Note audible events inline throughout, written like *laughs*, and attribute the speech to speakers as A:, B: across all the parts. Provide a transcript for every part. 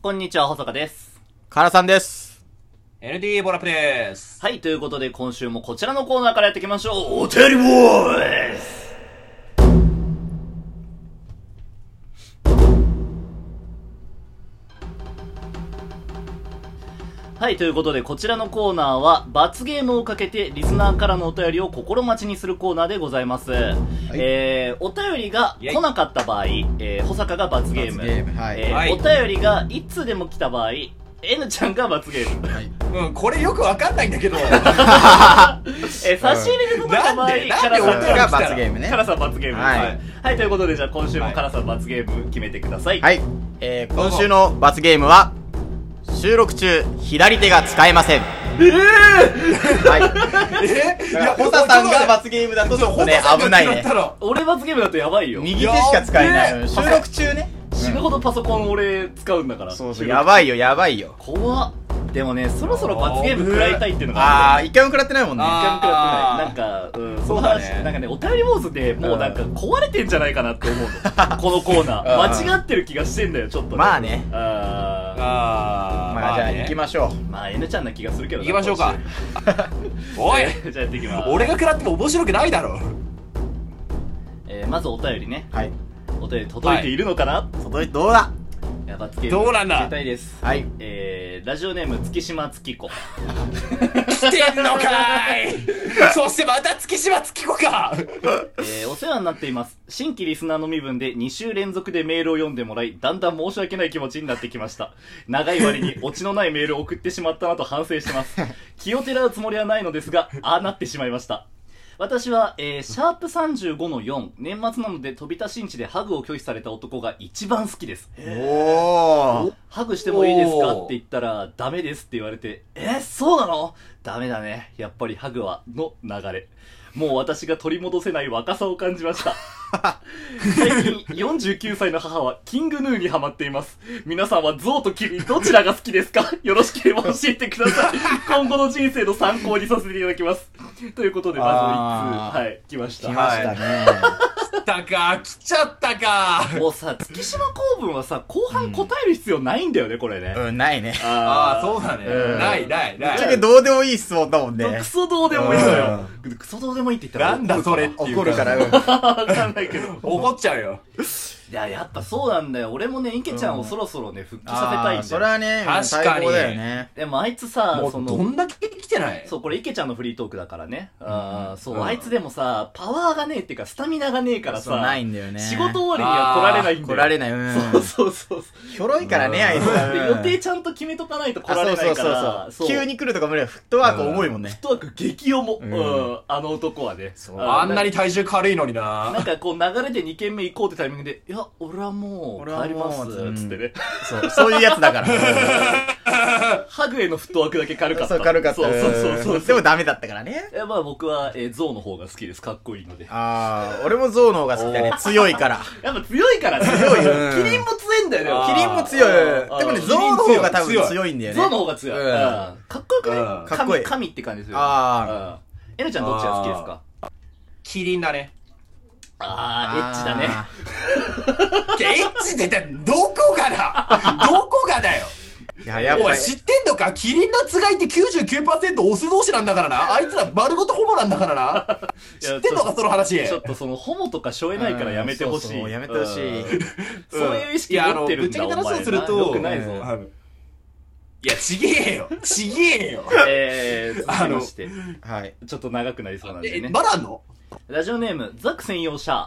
A: こんにちは、細川です。
B: カラさんです。
C: ND ボラップです。
A: はい、ということで今週もこちらのコーナーからやっていきましょう。お便りボーイズはい、ということでこちらのコーナーは罰ゲームをかけてリスナーからのお便りを心待ちにするコーナーでございます。えー、お便りが来なかった場合、えー、保坂が罰ゲーム。
B: 罰ゲームはい
A: えー
C: はい
A: お便りが一通でも来た場合、N ちゃんが罰ゲーム。
B: はい。
C: うん、これよくわかんないんだ
B: *laughs*
C: けど。
A: えー差し入れで届いた場合、
C: なんでなん
A: カ
C: で俺
A: ラさん
C: ら
A: が
B: が罰ゲームね。
A: カラ
B: は
A: さん罰ゲーム
B: はい
A: はい、はい、ということでじゃあ今週も
C: はい
A: カラさん罰ゲーム決めてください
B: い。えー、今週の罰ゲームは、収録中、左手が使えません。はい。
C: えい
B: いや、ホタさんが
C: ば
B: 罰ゲームだとちょっとね、危ないね。
A: 俺罰ゲームだとやばいよ
B: 右手しか使えないの。
C: やっ
B: 収
C: べえ
B: 録中ね。
A: 死ぬほどパソコン俺使うんだから
B: そうそう、
A: 収録
B: やばいよ、やばいよ。
A: 怖っでもねそろそろ罰ゲーム食らいたいっていうのが
B: あ
A: あ
B: ー、
A: る
B: 一回も食らってないもんね。
C: あー
A: 一回も食らってないなんか、うん、そ
C: そ
A: の話、
C: うだね
A: なんかね、お便り坊主でもうなんか壊れてんじゃないかなって思うの。このコーナ
B: うん
A: ー。間違ってる気がしてんだよ、ちょっと、
B: まあね
A: あー
C: あー、
B: まあ、じゃあ行き
C: す。
B: ましょ
A: まあ、N ちゃんな気がするけど
C: 行
A: な
C: きましょうか。
B: *laughs*
C: おい
A: 今週 *laughs* じゃあやっていきます。
C: 俺が食らっても面白くないだろ。
A: えー、まずお便りね。
B: う。はい。
A: お便り届いているのかな、
B: 届いて、どうだ
A: やばつけ
C: どうなんだ
A: たいです。
B: はい。
A: えー、ラジオネーム、月島月 *laughs* 子。
C: 来てんのか
B: *laughs*
C: ーいそしてまた月島月子か
A: えー、お世話になっています。新規リスナーの身分で2週連続でメールを読んでもらい、だんだん申し訳ない気持ちになってきました。長い割 *laughs* にオチのないメールを送ってしまったなと反省してます。気をてらうつもりはないのですが、ああなってしまいました。私は、えー、シャープ35の4、年末なので飛び出しんちでハグを拒否された男が一番好きです。
B: おー。
A: ハグしてもいいですかっ
C: おー
A: て言ったら、ダメですって言われて、え、そうなのダメだね。やっぱりハグは、の流れ。もう私が取り戻せない若さを感じました。最近、49歳の母は、キングヌーにハマっています。皆さんはゾウとキリン、どちらが好きですかよろしければ教えてください。今後の人生の参考にさせていただきます。ということで、ま
B: あ
A: ず1
B: ー
A: 通、はい、来まし
B: 来
A: た。
B: ましたね。
C: 来たか、来ちゃったか。
A: もうさ、月島公文はさ、後半答える必要ないんだよね、これね。
B: うん、ないね。
C: あー、そうだね
B: うん。
C: ないない
B: ぶ
C: な
B: っちゃけ
C: い。
B: どうでもいい質問だもんね
A: ク。ソどうでもいいのよ。クソどうでもいいって言ったら
C: なんだそれっていう
B: 怒るから、うん。
A: わかんないけ
B: *laughs*
A: ど。
C: 怒っちゃうよ。
A: いや、やっぱそうなんだよ。俺もね、イケちゃんをそろそろね、復帰させたい
B: あ
A: ん
B: ー
A: だよ。
B: それはね、
C: 確かに
B: 最高だよね。
A: でもあいつさ
C: も、
A: そう
C: ど
A: の、
C: んだけ来てない
A: そう、これイケちゃんのフリートークだからね。あーそう、
C: うん
A: あいつでもさ、パワーがねえっていうか、スタミナがねえから
B: そう
A: さ、
B: ないんだよね。
A: 仕事終わりには来られないんだよ。
B: 来られ
A: な
B: ない。う
A: そう *laughs* そ
B: ん。
A: うそうそう。
B: ひょろいからね、あいつは。
A: で、
B: うん
A: 予定ちゃんと決めとかないと来られないから
B: あ、そうそうそうそう。急に来るとか無理だよフットワーク重いもんね。
A: とにかく激重も、う、
B: うんん
A: あの男はね。
B: そう
C: あんなに体重軽いのにな。
A: *laughs* なんかこう流れで2軒目行こうってタイミングで、いや、俺はもう
B: 俺
A: 帰
B: は
A: り
B: もう
A: ます、
B: うん
A: つってね。
B: そう、そういうやつだ
A: *laughs*
B: から。
A: ハグへのフットワークだけ軽かった。
B: そう、軽かった。
A: そうそうそうそう。
B: でもダメだったからね。
A: えまあ僕は、えー、ゾウの方が好きです。かっこいいので。や
B: あー、俺もゾウの方が好きだね。強いから。
A: っぱ強いからね。
B: 強いよ
A: キリンも強いんだよ
C: あ
B: キ
C: ー
A: ね。
B: リンも強い
A: あー。
B: でもね、
A: あー
B: ゾウの方が多
C: キリン強
B: 分
C: い
B: 強いんだよね。
A: ゾウの方が強い。
B: う
A: うんんかっこよくない
C: うん
B: かっこい
A: 神
B: い
A: 神って感じする。
B: あ
A: うん。エルちゃんどっちが好きですか
C: キリンだね。
A: あー、エッチだね。
C: エッチって言ったらどこがだどこがだよ
B: ね。いや、やっ
C: お
B: ぱ
C: い、
B: り。
C: 知ってんのかキリンのつがいって99%オス同士なんだからな。あいつら丸ごとホモなんだからな。
A: いや
C: 知ってんの
A: ちょ
C: か
A: っと
C: その話。
A: ちょっとその、ホモとかしょえないからやめてほし
B: う
A: い。
B: んそうそうやめてほしい
A: うん。そういう意
C: い
A: 識持ってるんだ
C: やあのぶっちゃけた話をすると
A: お前なよくないぞ。
B: うん
C: あのいや、ちげえよ。ちげえよ。
A: えー、続きまして。
B: はい。
A: ちょっと長くなりそうなんで
C: え、
A: ね。
C: まだあんの
A: ラジオネーム、ザック専用シャー。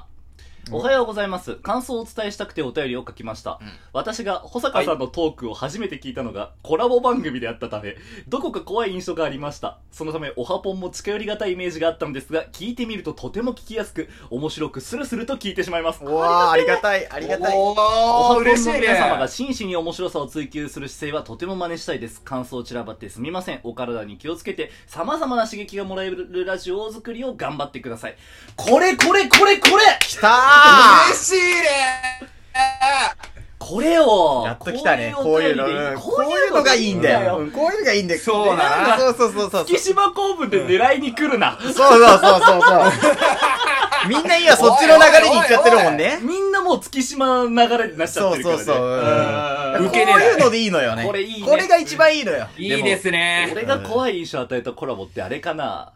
A: おはようございます。感想をお伝えしたくてお便りを書きました。私が保坂さんのトークを初めて聞いたのがコラボ番組であったため、どこか怖い印象がありました。そのため、おはぽんも近寄りがたいイメージがあったのですが、聞いてみるととても聞きやすく、面白くスルスルと聞いてしまいます。
B: うわー、ありがたい、あ
C: あ
B: りがたい。
C: お
A: おは
C: ー、
A: こんの
C: 嬉しいね。
A: 皆様が真摯に面白さを追求する姿勢はとても真似したいです。感想を散らばってすみません。お体に気をつけて、様々な刺激がもらえるラジオ作りを頑張ってください。これこれこれこれ
B: きたー
C: 嬉しいね。
A: これを
B: やっと来たね。こ
A: お
B: うい
A: 便
B: う
A: りで
B: の。うん
A: こ
B: こ
A: う
B: う
A: い
B: いうう
A: の
B: の
A: が
B: が
A: い
B: い
A: い
B: い
A: ん
B: ん
A: だ
B: だ
A: よ。
B: よ。うんこういうのがいいんだよ。
C: そうだな
B: そうそうそうそう。そう
A: 月
B: そう
A: 島公文で狙いに来るな。
B: そうそう *laughs* そう。みんな今そっちの流れに行っちゃってるもんね。
A: みんなもう月島流れになっちゃってるからね。
B: そうそうそううん
A: ん
B: こ
C: 受
B: う
C: けねえな
B: いうのでいいのよね。
A: これいいね
B: これが一番いいのよ。
C: いいですね。
A: 俺が怖い印象を与えたコラボってあれかな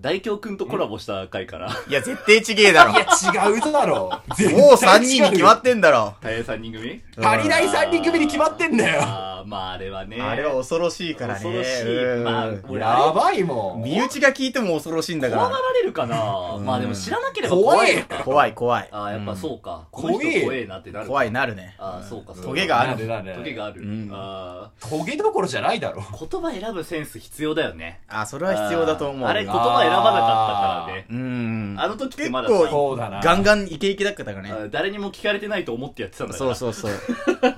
A: 大京くんとコラボした回から、
B: でも。いや、絶対ちげえだろ。
C: いや、違うだろ。
B: もう3人に決ま
C: っ
B: ってんだろ。
A: 大変3人組
C: 足りない3人組に決まってんだよ。
A: ああ、まああれはね。
B: あれは恐ろしいからね。
A: 恐ろしい。
B: うん
A: まあ、俺あれ
C: やばいもん。
B: 身内が聞いても恐ろしいんだか
A: 怖が
B: ら。
A: られるかな、
B: うん
A: まあでも知らなければ怖
C: 怖
A: い
C: い
A: のか。
B: 怖い怖い。
A: ああ、やっぱそうか。こ
C: 怖い
A: の人怖えなってな
B: うん
A: る。
B: 怖いなるね。
A: ああ、そうか、そうか
B: トゲがある
C: なんでなんで
A: トゲがある。
B: うん
A: あ
C: トゲどころじゃないだろ。
A: あ、言葉選ぶセンス必要だよね。
B: あ、それは必要だと思う。
A: ああれ、言
B: う
A: 葉選ばなかったからね。
B: ん。
A: あの時ってまだ
B: 結
A: さ、
B: 構
C: そうだな。
B: ガンガンイケイケだったからね。
A: あ誰にも聞かれてないと思ってやってたんだから。
B: そうそうそう。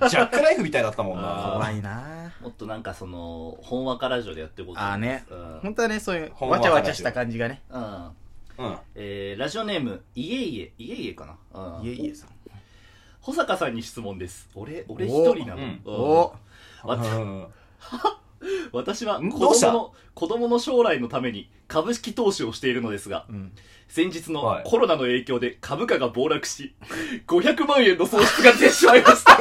C: ジャックナイフみたいだったもん
A: あー
C: な。
B: 怖いな
A: もっとなんかその、本話かラジオでやっていこうと思
B: ああ
A: いま
B: ね
A: す。うん。
B: 本当はね、そういう、
C: ほんわ
B: わ
C: か
B: ちゃわちゃした感じがね。
A: うん。
C: うん。
A: えー、ラジオネーム、いえいえ、いえいえかな。うん
B: いえいえさん。
A: 保坂さんに質問です。俺、俺一
B: お
A: 人な
C: う
A: の。
C: ん
A: うん
B: お
A: わた私は子
C: んどうし
A: 供
C: た
A: の、子供の将来のために株式投資をしているのですが、
B: うん。
A: 先日の
C: はい
A: コロナの影響で株価が暴落し、500万円の損失が出てしまいま
B: *laughs*
A: した。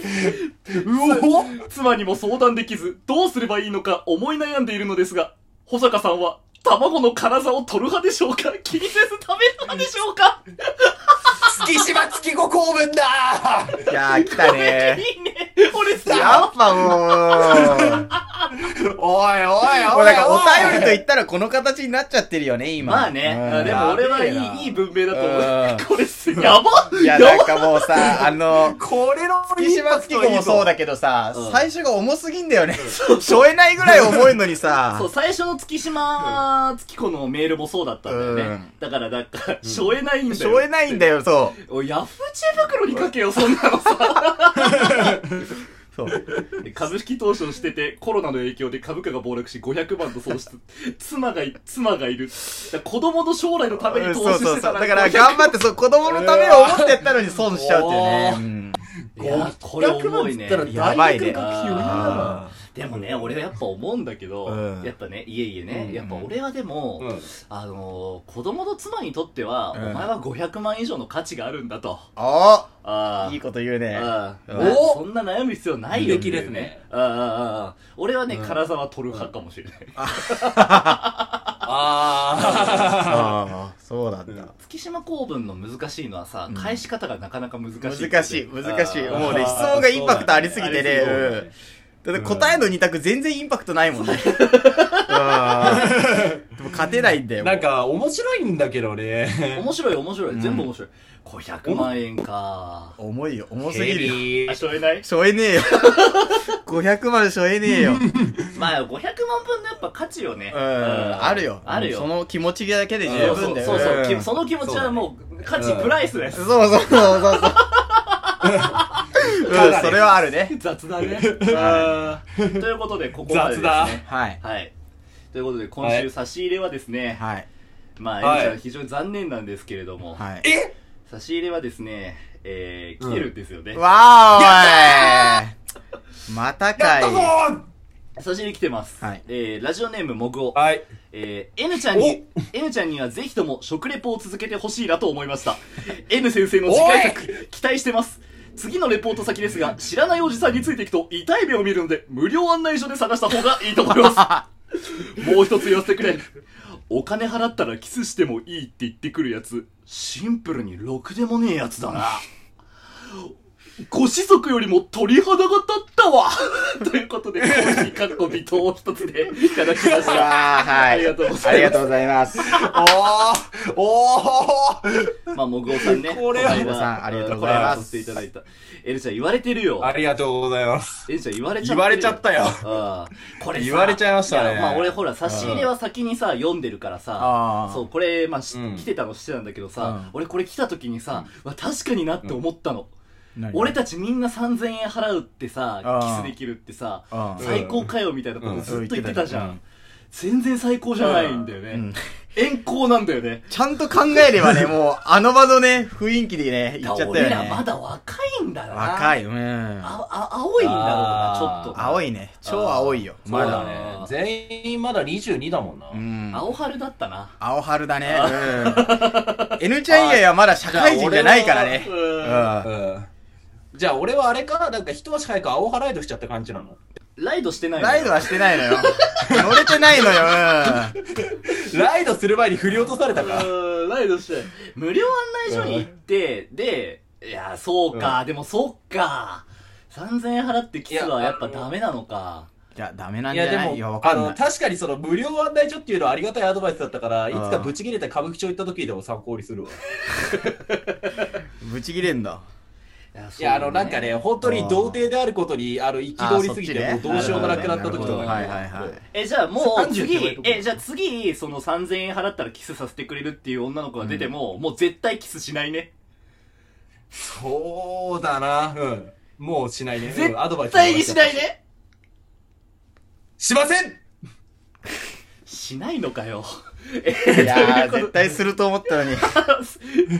C: うお
A: 妻にも相談できず、どうすればいいのか思い悩んでいるのですが、保坂さんは、卵の辛さを取る派でしょう
B: *laughs*
A: か気にせず食べる派でしょうか
C: 月島月子公文だ
B: いやー、来
A: *laughs*
B: たね
A: いいね俺
B: ー。や
A: さ、
B: っ
A: *laughs*
B: ぱもう。
C: おいおいおい
B: もうなんかお便りと
C: い
B: 言ったらこの形になっちゃってるよね、今。
A: まあね、
B: うん
A: でも俺はい
B: やべえない
A: いいい文明だと思う。これす、やば *laughs*
B: いや、
A: や
B: なん
A: ば
B: かも
A: *laughs*
B: うさ、あの、
C: これの
B: 月島月子もそう
C: だ
B: だけどさ
A: うん、
B: 最初が重すぎんだよね。しょえないぐらい重いのにさ
A: そう、、最初の月島月子のメールもそうだったんだよね。
B: うん
A: だから、なんか、しょえないんだよ。
B: しょえないんだよ、そ
A: おいヤフー知恵袋に書けよ、そんなのさ。
B: う。そう。
A: 株式投資をしてて、コロナの影響で株価が暴落し、500万と損
B: *laughs*
A: 失。妻がい、妻がいる。だから子供の将来のために投
B: そう
A: 資し
B: そう
A: て
B: そ
A: た
B: う。
A: ら、
B: だから
A: 500
B: 頑張って、そう、子供のためを思ってやったのに損しちゃうっていうねうん。
A: いや、これ重いね。
B: やばいね
A: あでもね、俺はやっぱ思うんだけど、
B: うん
A: やっぱね、いえいえね、
B: うん
A: やっぱ俺はでも、
C: うん
A: あのー子供と妻にとっては、
B: うん
A: お前は500万以上の価値があるんだと。
B: あ
A: あ
B: あ
A: あ。
B: いいこと言うね。
A: ああ
B: うん
A: おそんな悩む必要ないよっていう
C: 素敵ですね。
A: ああああああ俺はね、唐沢取る派かもしれない。
C: あ
B: ああ、そうだった。
A: 月島公文の難しいのはさ、返し方がなかなか難しいっていう。
B: 難しい、難しい。
A: ああ
B: もうね、質問がインパクトありすぎてね
A: あそうだ
B: うん。だって答えの二択全然インパクトないも
A: *laughs*
B: んね。うんでも勝てないんだよ。
C: なんか面白いんだけどね
A: 面白い、面白い。全部面白い。500万円か。
B: 重いよ、重すぎるよ。
C: ヘビ
A: あ、
C: ー
A: しょえない
B: しょえね
A: *laughs*
B: えよ。500万しょえねえよ。うん、
A: まあ、500万分のやっぱ価値をね。うん
B: あるよ。
A: あるよ。
B: その気持ちだけで十
A: そう
B: 分だよ。
A: そうそう、
B: ん
A: きその気持ちはもう、価値プライスです。
B: そうそうそうそうそう。うん、それはあるね。
A: 雑 *laughs* だね。ということで、ここまでです、ね。
C: 雑だ
B: はい。
A: はい。ということで、今週差し入れはですね、
B: はい。
A: まあ、エ
C: はい
A: ミちゃん非常に残念なんですけれども、
B: はい。
C: え
A: 差し入れはですね、えー、来てるんですよね。
B: わーおいまた
C: や
B: か
C: っ
B: い。
C: たぞー
A: 差し入れ来てます。
B: はい
A: えー、ラジオネームもぐお。
C: はい
A: えー、N ちゃんに、N ちゃんにはぜひとも食レポを続けてほしいなと思いました。N 先生の次回作、期待してます。次のレポート先ですが、知らないおじさんについていくと痛い目を見るので、無料案内所で探した方がいいと思います。もう一つ言わせてくれ。お金払ったらキスしてもいいって言ってくるやつ、シンプルにろくでもねえやつだな。ご子息よりも鳥肌が立ったわ *laughs* ということで、コーヒーかっこ微糖を一つでいただきました。
B: わーはい。
A: ありがとうございます
B: ありがとうございます。
C: おーおー
A: まあ、もぐおさんね。
C: これは
A: この間
B: もぐおさんありがとうござい
A: コラ
B: ます
A: ボさせていただいた。エルちゃん言われてるよ。
C: ありがとうございます
A: エルちゃん言われちゃってる
C: 言われちゃったよ
A: ああこれさ
C: 言われちゃいましたね
A: やまあ俺ほら、差し入れは先にさ、読んでるから
B: あ
A: さ、
B: あ
A: そう、これ、まあ、し
C: うん
A: 来てたのしてたんだけど
B: うん
A: さ、俺これ来た時にさ、うわ確かになって思ったの。
B: 何
A: 俺たちみんな3000円払うってさ、キ
B: ああ
A: スできるってさ
B: あ、あ
A: 最高かよみたいなことずっと言ってたじゃ
B: うん
A: ん。全然最高じゃないんだよね。 *laughs* 遠行なんだよね。
B: ちゃんと考えればね、もう、あの場のね、雰囲気でね、
A: い
B: 行
A: や
B: っちゃったよ
A: 俺ら
B: ね。
A: まだ若いんだな。
B: 若い、うん。
A: あ、あ、青いんだろうな、ちょっ
C: あ
A: と。
B: 青いね。超青いよ。
A: そうだね
C: ま全員まだ22だもんな
B: うん。
A: 青春だったな。
B: 青春だね。うん。N ちゃん以外はまだ社会人じゃないからね。
A: うん
B: うん。
C: うんじゃあ俺はあれかなんか一足早く青ハライドしちゃった感じなの
A: ライドしてないの
B: ライドはしてないのよ。 *laughs* 乗れてないのよ。うん
C: ライドする前に振り落とされたか
A: うーんライドしてない無料案内所に行って、で、いや、そうか、でもそうか。3000円払ってキスはやっぱダメなのか。
B: いや、ダメなん
C: い
B: じゃ
C: やで
B: ないいや、
C: も
B: わ、か
C: あ
B: んな
C: の、
B: い。
C: 確かにその無料案内所っていうのはありがたいアドバイスだったから、いつか
B: うん
C: ブチ切れた歌舞伎町行った時でも参考にするわ。
B: ぶち切れんだ。
A: いや、
C: いや、あの、なんかね、本当に童貞であることに、あの、憤りすぎて、もうどうしようもなくなった時とかに。
B: はいはいはい。
C: *laughs*
A: え、じゃあもう
C: 30って
A: 次
C: こ、と
A: え、じゃあ次、その3000円払ったらキスさせてくれるっていう女の子が出ても、もう絶対キスしないね。
C: そうだな。うん。もうしないね。うん
A: 絶
C: アドバイス
A: 対にしない
C: ね。
A: ね
C: しません
A: しないのかよ。
B: いやー、絶対すると思った
C: *laughs*
B: のに。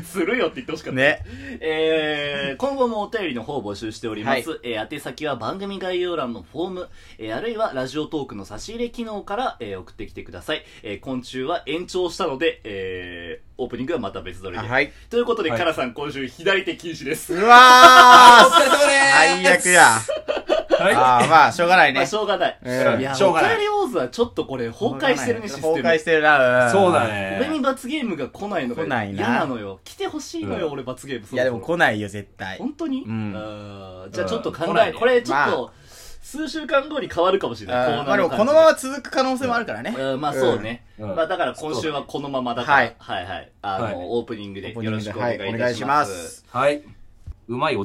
A: するよって言ってほしかった。
B: ね。
A: えー、今後もお便りの方を募集しております。えー宛先は番組概要欄のフォーム、えーあるいはラジオトークの差し入れ機能から、えー送ってきてください。えー今週は延長したので、えーオープニングはまた別撮りで。
B: はい。
A: ということで、
C: はい
A: カラさん今週左手禁止です。
B: う
C: あ
B: わ
C: お疲れ様で
B: ー最
C: ーす
B: 悪や。
C: は
B: あー、まあ、しょうがない
A: まあ、
B: ね。
A: しょうがない。
B: うん
A: いや、
C: しょうがない
A: お便りウォーズはちょっとこれ崩壊してるね、システム。
B: 崩壊してるな、
C: い。
B: ん
C: そうだ
A: 俺に
C: ね。
A: 罰ゲームが来ないのが
B: 来ないな
A: 嫌なのよ。来てほしいのよ、
C: うん
A: 俺罰ゲーム。そろそ
B: い
A: ろ
B: や、でも来ないよ、絶対。
A: 本当に、
B: うん
A: あーじゃあちょっと考
C: うん来
A: え、
C: ないね
A: これちょっ
B: ま
A: と、数週間後に変わるかもしれない。
B: あーまあでも、このまま続く可能性もあるからね。
A: ま、うん、まあそうね。
C: うん
A: まあだから今週はこのままだから、
B: はい
A: はいはい。あの、
C: はい
A: オープニングでよろしくお願いいたします。
B: はいお願い
C: はい。
B: します
C: うまいお